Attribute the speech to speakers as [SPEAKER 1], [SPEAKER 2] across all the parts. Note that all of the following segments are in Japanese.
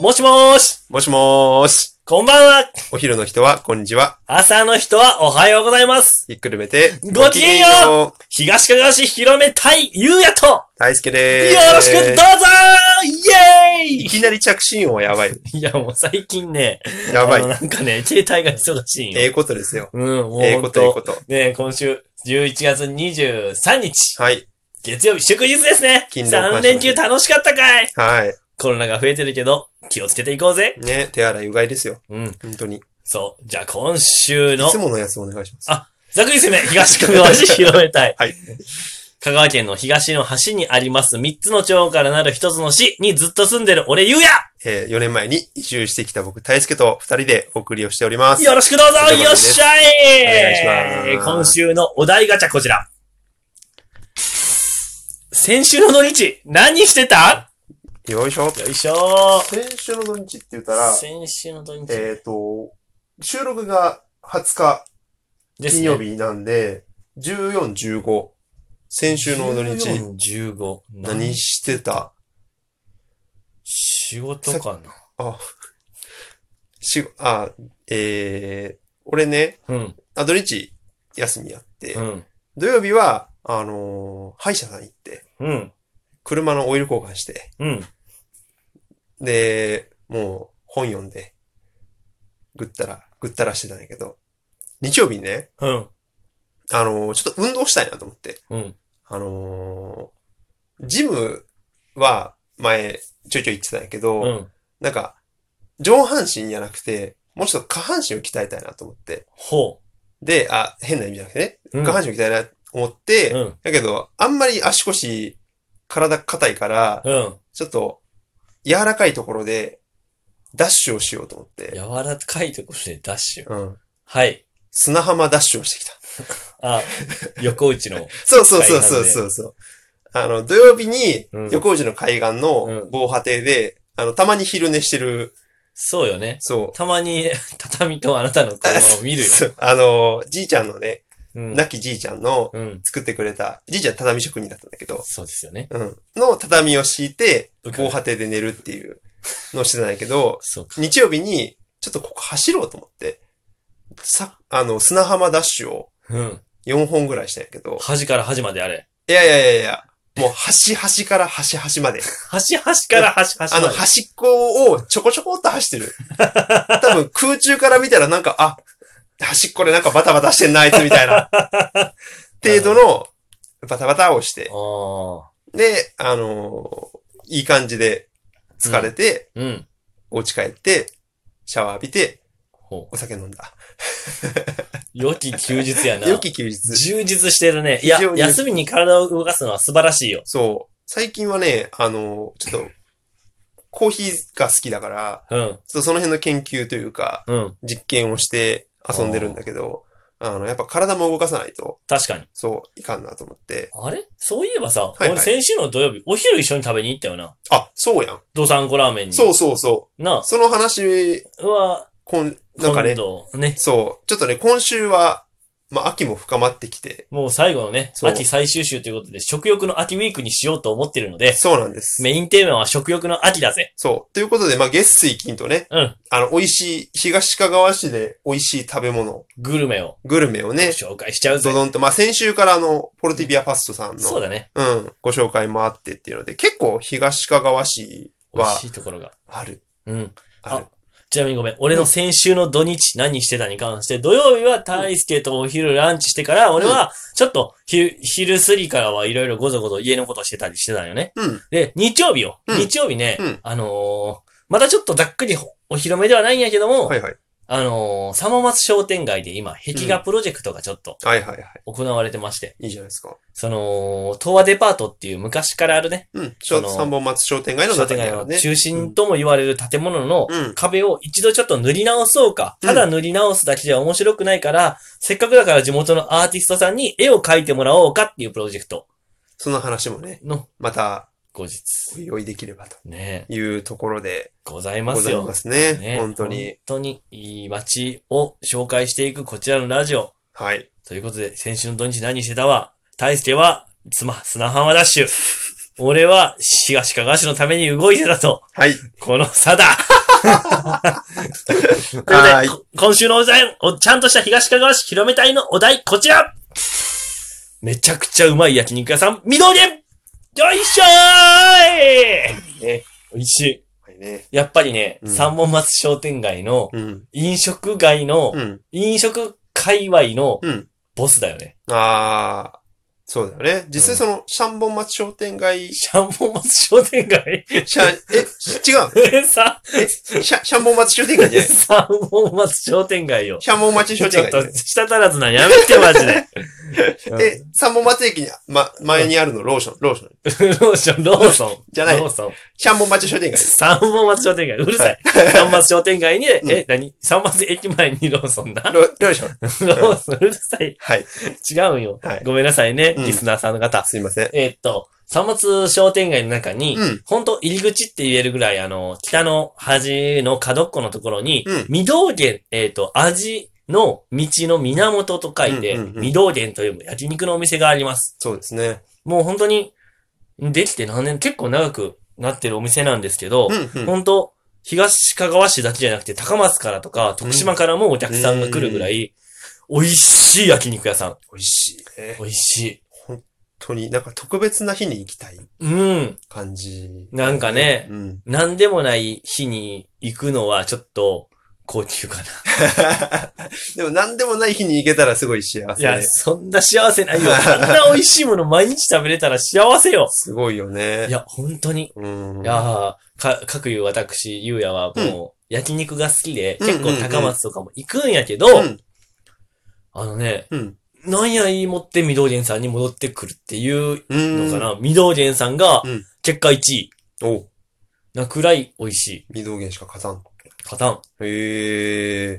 [SPEAKER 1] もしもーし、
[SPEAKER 2] もしもーし。
[SPEAKER 1] こんばんは、
[SPEAKER 2] お昼の人は、こんにちは。
[SPEAKER 1] 朝の人はおはようございます。
[SPEAKER 2] ひっくるめて。
[SPEAKER 1] ごきげんよ
[SPEAKER 2] う
[SPEAKER 1] 東かがわ市広めたいゆうやと、よ
[SPEAKER 2] 大輔でーす。
[SPEAKER 1] ろしくどうぞーイ
[SPEAKER 2] い
[SPEAKER 1] エー
[SPEAKER 2] きなり着信音はやばい。
[SPEAKER 1] イいや、もう最近ね、
[SPEAKER 2] やば
[SPEAKER 1] あの
[SPEAKER 2] い。
[SPEAKER 1] なんかね、携帯が忙しいんよ。
[SPEAKER 2] ええことですよ。
[SPEAKER 1] うん、もう
[SPEAKER 2] ええ
[SPEAKER 1] ほ
[SPEAKER 2] こ
[SPEAKER 1] ん、
[SPEAKER 2] と、ええことと。
[SPEAKER 1] ね、今週、11月23日、
[SPEAKER 2] はい。
[SPEAKER 1] 月曜日祝日ですね。
[SPEAKER 2] 勤労感謝
[SPEAKER 1] 3連休楽しかったかい
[SPEAKER 2] は
[SPEAKER 1] コロナが増えてるけど、気をつけていこうぜ。
[SPEAKER 2] い。ね、手洗いうがいですよ。
[SPEAKER 1] うん。
[SPEAKER 2] 本当に。い
[SPEAKER 1] そう。じゃあ今週の
[SPEAKER 2] つ、ものやつお願いします。
[SPEAKER 1] あざっくり攻め、東かがわ市広めたい。
[SPEAKER 2] はい。
[SPEAKER 1] 香川県の東の端にあります三つの町からなる一つの市にずっと住んでる俺ゆうや
[SPEAKER 2] えー、4年前に移住してきた僕、大輔と2人でお送りをしております。
[SPEAKER 1] よろしくどうぞ
[SPEAKER 2] ということで
[SPEAKER 1] よっしゃい
[SPEAKER 2] お願いします
[SPEAKER 1] 今週のお題ガチャこちら。先週の土日、何してた
[SPEAKER 2] よいしょ。
[SPEAKER 1] よいしょ
[SPEAKER 2] 先週の土日って言った
[SPEAKER 1] ー。
[SPEAKER 2] ら、
[SPEAKER 1] 先週の土日。
[SPEAKER 2] えっ、と、収録が20日
[SPEAKER 1] ですね
[SPEAKER 2] 金曜日なんで、14、15。先週の土日、
[SPEAKER 1] 14 15。
[SPEAKER 2] 何してた
[SPEAKER 1] 仕事か
[SPEAKER 2] し、あ、えー、俺ね、
[SPEAKER 1] な。うん。
[SPEAKER 2] あ、土日休みやって、
[SPEAKER 1] うん。
[SPEAKER 2] 土曜日は、あのー歯医者さん行って、
[SPEAKER 1] うん。
[SPEAKER 2] 車のオイル交換して、
[SPEAKER 1] うん。
[SPEAKER 2] で、もう本読んで、ぐったら、ぐったらしてたんやけど、日曜日にね、
[SPEAKER 1] うん。
[SPEAKER 2] あのーちょっと運動したいなと思って、
[SPEAKER 1] うん。
[SPEAKER 2] あのージムは前ちょいちょい行ってたんやけど、
[SPEAKER 1] うん。
[SPEAKER 2] なんか、上半身じゃなくて、もうちょっと下半身を鍛えたいなと思って。
[SPEAKER 1] ほ
[SPEAKER 2] で、あ、変な意味じゃなくてね。
[SPEAKER 1] う。うん
[SPEAKER 2] 下半身を鍛えたいなと思って、
[SPEAKER 1] うん。
[SPEAKER 2] だけど、あんまり足腰、体硬いから、
[SPEAKER 1] うん。
[SPEAKER 2] ちょっと、柔らかいところで、ダッシュをしようと思って、
[SPEAKER 1] 柔らかいところでダッシュ。
[SPEAKER 2] うん。
[SPEAKER 1] はい。
[SPEAKER 2] 砂浜ダッシュをしてきた。
[SPEAKER 1] あ、 横打ちの。
[SPEAKER 2] そうそうそうそうそうそう。あの、土曜日に
[SPEAKER 1] うん、
[SPEAKER 2] 横内の海岸
[SPEAKER 1] う
[SPEAKER 2] の
[SPEAKER 1] ん
[SPEAKER 2] 防波堤で、あの、たまに昼寝してる、
[SPEAKER 1] そうよね。
[SPEAKER 2] そう。
[SPEAKER 1] たまに畳とあなたの車を見るよ。
[SPEAKER 2] そうあの、じいちゃんのね、
[SPEAKER 1] うん。
[SPEAKER 2] 亡きじいちゃんの、
[SPEAKER 1] うん。
[SPEAKER 2] 作ってくれた、じいちゃん畳職人だったんだけど、
[SPEAKER 1] そうですよね。
[SPEAKER 2] うん。の畳を敷いて、
[SPEAKER 1] うん
[SPEAKER 2] 防波堤で寝るっていうのをしてたんだけど、
[SPEAKER 1] そうか。
[SPEAKER 2] 日曜日に、ちょっとここ走ろうと思って、さ、あの、砂浜ダッシュを
[SPEAKER 1] うん。
[SPEAKER 2] 4本ぐらいしたんやけど、
[SPEAKER 1] 端から端まであれ。
[SPEAKER 2] いやいやいやいや、もう端端から端端まで。
[SPEAKER 1] 端端から端端
[SPEAKER 2] あの、
[SPEAKER 1] まで。
[SPEAKER 2] 端っこをちょこちょこっと走 ってる。多分空中から見たらなんか、あ、端っこでなんかバタバタしてんな、あいつみたい な。程度のバタバタをして、
[SPEAKER 1] あ
[SPEAKER 2] で、あのーいい感じで疲れて、
[SPEAKER 1] あ。うん。
[SPEAKER 2] お家帰って、シャワー浴びて、
[SPEAKER 1] ほう。
[SPEAKER 2] お酒飲んだ。
[SPEAKER 1] 良き休日やな。
[SPEAKER 2] 良き休日。
[SPEAKER 1] 充実してるね。いや
[SPEAKER 2] 非常、に
[SPEAKER 1] 休みに体を動かすのは素晴らしいよ。
[SPEAKER 2] そう。最近はね、あのーちょっと、コーヒーが好きだから、
[SPEAKER 1] うん。
[SPEAKER 2] ちょっとその辺の研究というか、
[SPEAKER 1] うん。
[SPEAKER 2] 実験をして遊んでるんだけど、あの、やっぱ体も動かさないと、
[SPEAKER 1] 確かに。
[SPEAKER 2] そう、いかんなと思って。
[SPEAKER 1] あれそういえばさ、
[SPEAKER 2] いはい
[SPEAKER 1] 俺先週の土曜日、お昼一緒に食べに行ったよな。
[SPEAKER 2] あ、そうやん。
[SPEAKER 1] ドサンコラーメンに。。
[SPEAKER 2] そうそうそう
[SPEAKER 1] な
[SPEAKER 2] う。その話、
[SPEAKER 1] あ、は、
[SPEAKER 2] こん、なんか
[SPEAKER 1] 今
[SPEAKER 2] ね、
[SPEAKER 1] 度、ね。
[SPEAKER 2] そう、ちょっとね、今週は、まあ、秋も深まってきて、
[SPEAKER 1] もう最後のね、
[SPEAKER 2] そう
[SPEAKER 1] 秋最終週ということで、食欲の秋ウィークにしようと思ってるので、
[SPEAKER 2] そうなんです。
[SPEAKER 1] メインテーマは食欲の秋だぜ。
[SPEAKER 2] そう。ということで、まあ、月水金とね、
[SPEAKER 1] うん
[SPEAKER 2] あの、美味しい、東かがわ市で美味しい食べ物、
[SPEAKER 1] グルメを
[SPEAKER 2] グルメをね、
[SPEAKER 1] 紹介しちゃう
[SPEAKER 2] ド
[SPEAKER 1] ぜ。
[SPEAKER 2] ドンと、まあ、先週からあの、ポルティビアファストさん
[SPEAKER 1] そう
[SPEAKER 2] の、
[SPEAKER 1] だね。
[SPEAKER 2] うん、ご紹介もあってっていうので、結構東かがわ市
[SPEAKER 1] 美味
[SPEAKER 2] は
[SPEAKER 1] しいところが。
[SPEAKER 2] ある、
[SPEAKER 1] うん。
[SPEAKER 2] ある。
[SPEAKER 1] ちなみにごめん。俺の先週の土日何してたに関して、土曜日は大輔とお昼ランチしてから、俺はちょっと昼、昼過ぎからはいろいろごぞごぞ家のことしてたりしてたんよね。
[SPEAKER 2] うん、
[SPEAKER 1] で、日曜日よ。
[SPEAKER 2] うん
[SPEAKER 1] 日曜日ね、
[SPEAKER 2] うん
[SPEAKER 1] あのーまたちょっとざっくりお披露目ではないんやけども、
[SPEAKER 2] はいはい。
[SPEAKER 1] あのー、サモマス商店街で今、壁画プロジェクトがちょっと
[SPEAKER 2] はいはいはい。
[SPEAKER 1] 行われてまして、
[SPEAKER 2] いいじゃないですか。
[SPEAKER 1] その、東和デパートっていう昔からあるね、
[SPEAKER 2] うん。ち
[SPEAKER 1] そ
[SPEAKER 2] ょ
[SPEAKER 1] の
[SPEAKER 2] 三本松商店街の
[SPEAKER 1] 商店
[SPEAKER 2] 中に
[SPEAKER 1] 街
[SPEAKER 2] ある
[SPEAKER 1] の
[SPEAKER 2] ね。
[SPEAKER 1] 中心とも言われる建物の
[SPEAKER 2] うん。
[SPEAKER 1] 壁を一度ちょっと塗り直そうか、
[SPEAKER 2] うん
[SPEAKER 1] ただ塗り直すだけでは面白くないから、せっかくだから地元のアーティストさんに絵を描いてもらおうかっていうプロジェクト
[SPEAKER 2] その話もね、
[SPEAKER 1] の
[SPEAKER 2] また、
[SPEAKER 1] 後日。
[SPEAKER 2] おいおいできればと
[SPEAKER 1] ねえ、
[SPEAKER 2] いうところで
[SPEAKER 1] ございま
[SPEAKER 2] ご
[SPEAKER 1] す
[SPEAKER 2] ざい
[SPEAKER 1] よ
[SPEAKER 2] ま。すね。
[SPEAKER 1] ね
[SPEAKER 2] 本当に。
[SPEAKER 1] 本当にいい街を紹介していくこちらのラジオ。
[SPEAKER 2] はい。
[SPEAKER 1] ということで、先週の土日何してたわ。大輔は、妻、砂浜ダッシュ。俺は、東かがしのために動いてたと、
[SPEAKER 2] はい。
[SPEAKER 1] この差だ。ということで
[SPEAKER 2] はい。
[SPEAKER 1] こ今週のお題、おちゃんとした東かがし広めたいのお題、こちらめちゃくちゃうまい焼肉屋さん、緑園よいしょーいね、美味しい。
[SPEAKER 2] はいね。
[SPEAKER 1] やっぱりね、
[SPEAKER 2] うん
[SPEAKER 1] 三本松商店街の、
[SPEAKER 2] うん。
[SPEAKER 1] 飲食街の、
[SPEAKER 2] うん。
[SPEAKER 1] 飲食界隈の
[SPEAKER 2] うん。
[SPEAKER 1] ボスだよね。
[SPEAKER 2] ああ、そうだよね。実際その、三本松商店街、
[SPEAKER 1] シャンボン松商店街
[SPEAKER 2] シャ、え、し違う
[SPEAKER 1] え、 さ、
[SPEAKER 2] シャ、シャンボン松商店街じ ゃない
[SPEAKER 1] 三本松商店街よ。
[SPEAKER 2] シャンボン松
[SPEAKER 1] ちょ
[SPEAKER 2] 商
[SPEAKER 1] っと
[SPEAKER 2] 店街じゃない、
[SPEAKER 1] 舌足らずなんやめて、マジ で。
[SPEAKER 2] で、三本松駅に、ま、前にあるの、ローション、ローション。
[SPEAKER 1] ローソン、ローソン。
[SPEAKER 2] じゃない
[SPEAKER 1] ローソン。
[SPEAKER 2] シャンボン松商店街。
[SPEAKER 1] 三本松商店街。うるさい。三本松商店街に、え、何三本松駅前にローソンだ。ロ
[SPEAKER 2] ロローション。
[SPEAKER 1] ーソン、うるさい。
[SPEAKER 2] はい。
[SPEAKER 1] 違うんよ
[SPEAKER 2] はい。
[SPEAKER 1] ごめんなさいね、
[SPEAKER 2] うん
[SPEAKER 1] リスナーさんの方。
[SPEAKER 2] すいません。
[SPEAKER 1] えーっと、三本松商店街の中に、
[SPEAKER 2] うん。
[SPEAKER 1] ほんと入り口って言えるぐらい、あの、北の端の角っこのところに、
[SPEAKER 2] うん
[SPEAKER 1] 未道源、えっ、と、味の道の源と書いて、
[SPEAKER 2] うんうんうん
[SPEAKER 1] 未道源という焼肉のお店があります。
[SPEAKER 2] そうですね。
[SPEAKER 1] もう本当に、できて何年、結構長くなってるお店なんですけど、
[SPEAKER 2] うん、うん。
[SPEAKER 1] 本当東かがわ市だけじゃなくて、高松からとか、徳島からもお客さんが来るぐらい、美味しい焼肉屋さん。
[SPEAKER 2] 美味しいね。
[SPEAKER 1] 美味しい。
[SPEAKER 2] 本当になんか特別な日に行きたい
[SPEAKER 1] うん。
[SPEAKER 2] 感じ。
[SPEAKER 1] なんかね
[SPEAKER 2] うん。
[SPEAKER 1] なんでもない日に行くのはちょっと高級かな。
[SPEAKER 2] でも何でもない日に行けたらすごい幸
[SPEAKER 1] い
[SPEAKER 2] せ。
[SPEAKER 1] や、そんな幸せないよ。 そんな美味しいもの毎日食べれたら幸せよ。
[SPEAKER 2] すごいよね。
[SPEAKER 1] いや、本当に。
[SPEAKER 2] うん。
[SPEAKER 1] いやーか、かくいう私、ゆうやはもう、焼肉が好きで、
[SPEAKER 2] うんうんう
[SPEAKER 1] 結
[SPEAKER 2] ん
[SPEAKER 1] 構高松とかも行くんやけど、
[SPEAKER 2] うん。
[SPEAKER 1] あのね、
[SPEAKER 2] うん。
[SPEAKER 1] なんや言いもって御堂源さんに戻ってくるっていう
[SPEAKER 2] うん。
[SPEAKER 1] のかな。御堂源さんが
[SPEAKER 2] うん、
[SPEAKER 1] 結果1位
[SPEAKER 2] お
[SPEAKER 1] なくらい美味しい。
[SPEAKER 2] 未道源しか勝たん。
[SPEAKER 1] パターン。
[SPEAKER 2] へえ。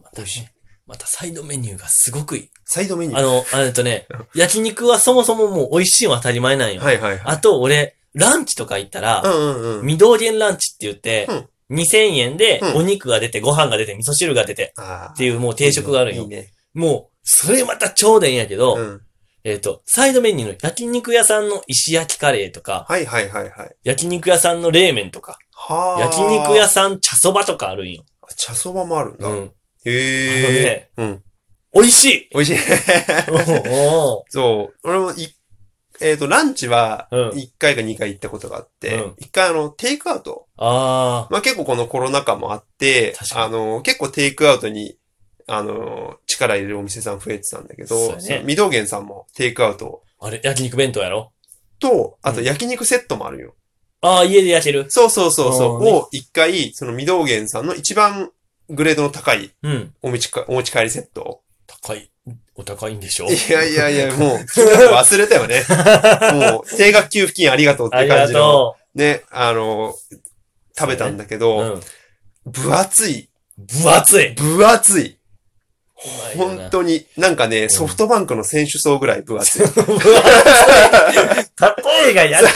[SPEAKER 1] またねまたサイドメニューがすごくいい。
[SPEAKER 2] サイドメニュー。
[SPEAKER 1] あの、あのえっとね、焼肉はそもそももう美味しいは当たり前なんよ。
[SPEAKER 2] はいはいはい。
[SPEAKER 1] あと、俺、ランチとか行ったら、
[SPEAKER 2] うんうんうん。
[SPEAKER 1] 未道元ランチって言って、2000円で
[SPEAKER 2] うん
[SPEAKER 1] お肉が出て、ご飯が出て、味噌汁が出て、
[SPEAKER 2] あ
[SPEAKER 1] っ
[SPEAKER 2] あ
[SPEAKER 1] ていうもう定食があるんよ。
[SPEAKER 2] いいね。
[SPEAKER 1] もう、それまた超でんやけど、
[SPEAKER 2] うん。
[SPEAKER 1] えっ、と、サイドメニューの焼肉屋さんの石焼きカレーとか、
[SPEAKER 2] はいはいはいはい。
[SPEAKER 1] 焼肉屋さんの冷麺とか、
[SPEAKER 2] はあ。
[SPEAKER 1] 焼肉屋さん茶そばとかあるんよ。
[SPEAKER 2] 茶そばもあるん
[SPEAKER 1] う
[SPEAKER 2] だ。
[SPEAKER 1] ん。 あの
[SPEAKER 2] へえ。
[SPEAKER 1] ね、
[SPEAKER 2] うん。
[SPEAKER 1] 美味しい
[SPEAKER 2] 美味しい。
[SPEAKER 1] おー
[SPEAKER 2] そう。俺もい、えっと、ランチは
[SPEAKER 1] うん、
[SPEAKER 2] 1回か2回行ったことがあって
[SPEAKER 1] うん、
[SPEAKER 2] 1回あの、テイクアウト。
[SPEAKER 1] あ
[SPEAKER 2] まあ結構このコロナ禍もあって
[SPEAKER 1] 確、かに
[SPEAKER 2] あの、結構テイクアウトに、あの、力入れるお店さん増えてたんだけ
[SPEAKER 1] そう
[SPEAKER 2] ど、
[SPEAKER 1] ね
[SPEAKER 2] その未道元さんもテイクアウト
[SPEAKER 1] あ、あれ、焼肉弁当やろ
[SPEAKER 2] と、あと
[SPEAKER 1] うん
[SPEAKER 2] 焼肉セットもあるよ。
[SPEAKER 1] ああ、家で焼ける。
[SPEAKER 2] そうそうそうそ
[SPEAKER 1] あ
[SPEAKER 2] う、
[SPEAKER 1] ーね
[SPEAKER 2] を一回、その未道元さんの一番グレードの高い
[SPEAKER 1] うん。
[SPEAKER 2] お持ちかお持ち帰りセット。
[SPEAKER 1] 高い、お高いんでしょ
[SPEAKER 2] いやいやい や、もう、金額忘れた よね。もう、定額給付金ありがとうっ
[SPEAKER 1] あ
[SPEAKER 2] て
[SPEAKER 1] り
[SPEAKER 2] 感
[SPEAKER 1] が
[SPEAKER 2] じの、
[SPEAKER 1] と
[SPEAKER 2] ね、あの、食べたんだけ
[SPEAKER 1] う。う
[SPEAKER 2] ど、
[SPEAKER 1] ん。
[SPEAKER 2] 分厚い。
[SPEAKER 1] 分厚い。
[SPEAKER 2] 分厚い。
[SPEAKER 1] うまいよな
[SPEAKER 2] 本当に、なんかね、ソフトバンクの選手層ぐらい分厚い。
[SPEAKER 1] 例えがやって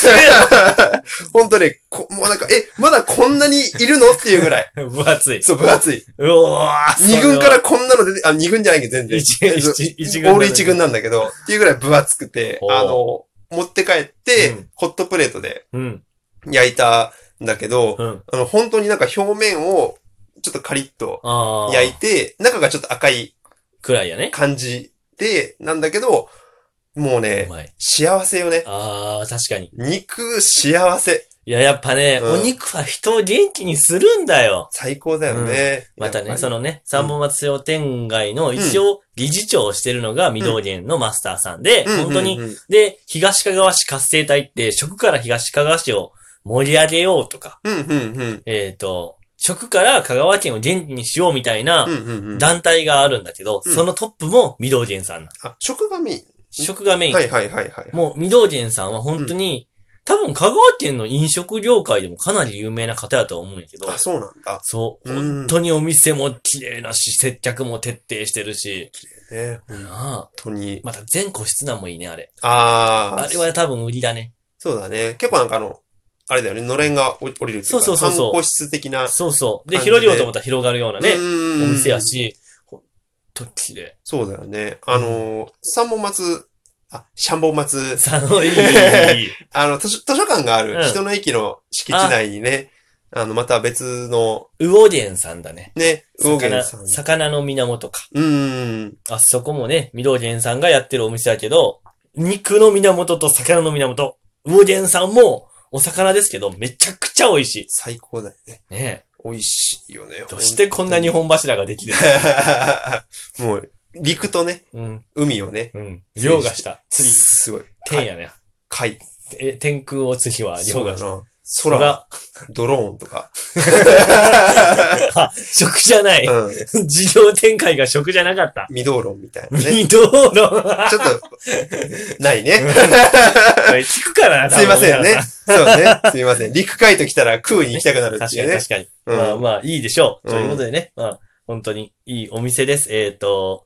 [SPEAKER 2] 本当ね、こもうなんか、え、まだこんなにいるのっていうぐらい。
[SPEAKER 1] る分厚い。
[SPEAKER 2] そう、分厚い。
[SPEAKER 1] うわー
[SPEAKER 2] 二軍からこんなの出て、あ、二軍じゃないけど全然。
[SPEAKER 1] 一一一軍
[SPEAKER 2] オール一軍なんだけど、っていうぐらい分厚くて
[SPEAKER 1] ほ、う
[SPEAKER 2] あの、持って帰って、
[SPEAKER 1] うん
[SPEAKER 2] ホットプレートで
[SPEAKER 1] うん。
[SPEAKER 2] 焼いたんだけど、
[SPEAKER 1] うん。
[SPEAKER 2] あの、本当になんか表面を、ちょっとカリッと
[SPEAKER 1] ああ。
[SPEAKER 2] 焼いて、中がちょっと赤い
[SPEAKER 1] くらいやね。
[SPEAKER 2] 感じで、なんだけど、もう
[SPEAKER 1] う
[SPEAKER 2] ね、
[SPEAKER 1] まい。
[SPEAKER 2] 幸せよね。
[SPEAKER 1] ああ、確かに。
[SPEAKER 2] 肉、幸せ。
[SPEAKER 1] いや、やっぱね、
[SPEAKER 2] うん
[SPEAKER 1] お肉は人を元気にするんだよ。
[SPEAKER 2] 最高だよね。
[SPEAKER 1] またね、そ
[SPEAKER 2] の、
[SPEAKER 1] のね、三本松商店街の一応理事長をしてるのが未道元のマスターさんで、本当に
[SPEAKER 2] うんうんうん。
[SPEAKER 1] で、東かがわ市活性隊って、食から東かがわ市を盛り上げようとか、
[SPEAKER 2] うんうんうん。
[SPEAKER 1] えっ、と、食から香川県を元気にしようみたいな
[SPEAKER 2] うんうんうん。
[SPEAKER 1] 団体があるんだけど、
[SPEAKER 2] うん
[SPEAKER 1] そのトップも未道元さんなの。
[SPEAKER 2] あ、食がみ。
[SPEAKER 1] 食がメイン。
[SPEAKER 2] はいはいはいはい。
[SPEAKER 1] もう未道元さんは本当に、多分香川県の飲食業界でもかなり有名な方だとは思うんやけど、
[SPEAKER 2] あ、そうなんだ。
[SPEAKER 1] そう、
[SPEAKER 2] うん
[SPEAKER 1] 本当にお店も綺麗だし、接客も徹底してるし、
[SPEAKER 2] ね、本
[SPEAKER 1] なあ
[SPEAKER 2] 当に。
[SPEAKER 1] また全個室なんもいいね、あれ。
[SPEAKER 2] あー
[SPEAKER 1] あれは多分売りだね。
[SPEAKER 2] そうだね。結構なんかあの、あれだよね、のれんが降り降りるってい
[SPEAKER 1] そうそうそうそう
[SPEAKER 2] 観光室的な。
[SPEAKER 1] そうそう。で、
[SPEAKER 2] 感じで
[SPEAKER 1] 広々とまた広がるようなね、お
[SPEAKER 2] お
[SPEAKER 1] 店や。し、ほんと綺麗。
[SPEAKER 2] そうだよね。あのー、三本松あ、シャンボン松、
[SPEAKER 1] さのいい。
[SPEAKER 2] あの、図書図書館があ
[SPEAKER 1] うん
[SPEAKER 2] る、人の駅の敷地内にね、あの、また別の、
[SPEAKER 1] ウオデンさんだね。
[SPEAKER 2] ね、ウオゲン
[SPEAKER 1] 魚
[SPEAKER 2] さん。、
[SPEAKER 1] 魚の源か。
[SPEAKER 2] うん。
[SPEAKER 1] あそこもね、ミドーゲンさんがやってるお店だけど、肉の源と魚の源。ウオデンさんもお魚ですけど、めちゃくちゃ美味しい。
[SPEAKER 2] 最高だよね。
[SPEAKER 1] ね
[SPEAKER 2] 美味しいよね
[SPEAKER 1] え。。どうしてこんな日本柱ができる
[SPEAKER 2] もう、陸とね、
[SPEAKER 1] うん。
[SPEAKER 2] 海をね、
[SPEAKER 1] うん。凌駕した。釣り。
[SPEAKER 2] すごい。
[SPEAKER 1] 天やね。
[SPEAKER 2] 海。
[SPEAKER 1] え、天空を釣りは凌
[SPEAKER 2] そう
[SPEAKER 1] 駕
[SPEAKER 2] だ
[SPEAKER 1] した。
[SPEAKER 2] な。空、
[SPEAKER 1] 空。
[SPEAKER 2] ドローン とか。
[SPEAKER 1] あ、食じゃない。
[SPEAKER 2] うん。
[SPEAKER 1] 事業展開が食じゃなかった。
[SPEAKER 2] 未道論みたいなね。
[SPEAKER 1] ミドーの。
[SPEAKER 2] ちょっと、ないね。
[SPEAKER 1] これ聞くからな。
[SPEAKER 2] すいませんね
[SPEAKER 1] 多。
[SPEAKER 2] そうね。すいません。陸海と来たら空に行きたくなる
[SPEAKER 1] 分。
[SPEAKER 2] って
[SPEAKER 1] 確か
[SPEAKER 2] いう
[SPEAKER 1] に
[SPEAKER 2] ね。
[SPEAKER 1] 確かに。
[SPEAKER 2] うん
[SPEAKER 1] まあまあ、いいでしょう。
[SPEAKER 2] うん
[SPEAKER 1] ということでね。まあ、本当にいいお店です。えっ、と、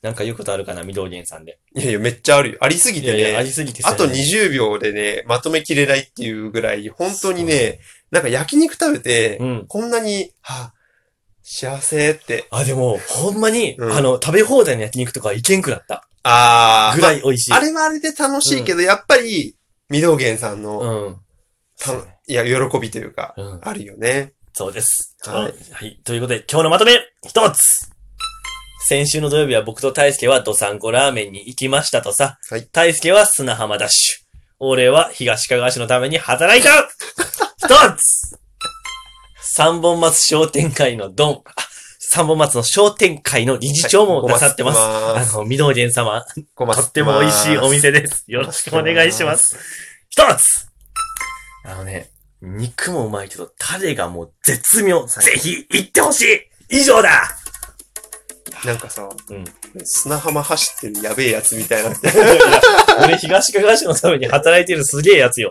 [SPEAKER 1] なんか言うことあるかな、ミドーゲンさんで。
[SPEAKER 2] いやいや、めっちゃあるよ。ありすぎ
[SPEAKER 1] い
[SPEAKER 2] て
[SPEAKER 1] やいや、あ
[SPEAKER 2] ね。
[SPEAKER 1] りすぎて
[SPEAKER 2] あと20秒でね、まとめきれないっていうぐらい、本当にね、なんか焼肉食べて
[SPEAKER 1] う、ん。
[SPEAKER 2] こんなに、はあ、幸せって、
[SPEAKER 1] あ、でも、ほんまに、
[SPEAKER 2] うん
[SPEAKER 1] あの、食べ放題の焼肉とかいけんくなった。
[SPEAKER 2] あー、
[SPEAKER 1] ぐらい美味しい。
[SPEAKER 2] まああれはあれで楽しいけど、やっぱり、未道元さんの、
[SPEAKER 1] うん。
[SPEAKER 2] た
[SPEAKER 1] そうね
[SPEAKER 2] いや、喜びというか、
[SPEAKER 1] うん。
[SPEAKER 2] あるよね。
[SPEAKER 1] そうです。は。
[SPEAKER 2] はい
[SPEAKER 1] はい。ということで、今日のまとめ、一つ先週の土曜日は僕と大輔はドサンコラーメンに行きましたとさ。
[SPEAKER 2] はい
[SPEAKER 1] 大輔は砂浜ダッシュ。俺は東かがわ市のために働いた一つ三本松商店会のドン。あ三本松の商店会の理事長もなさってます。
[SPEAKER 2] ま
[SPEAKER 1] あの、御堂源様、
[SPEAKER 2] ごま
[SPEAKER 1] とっても美味しいお。店です。よろしくお願いします。一つあのね、肉もうまいけど、タレがもう絶妙。ぜひ行ってほしい以上だ
[SPEAKER 2] なんかさ、
[SPEAKER 1] うん
[SPEAKER 2] 砂浜走ってるやべえやつみたいな。
[SPEAKER 1] 俺、東かがわ市のために働いてるすげえやつよ。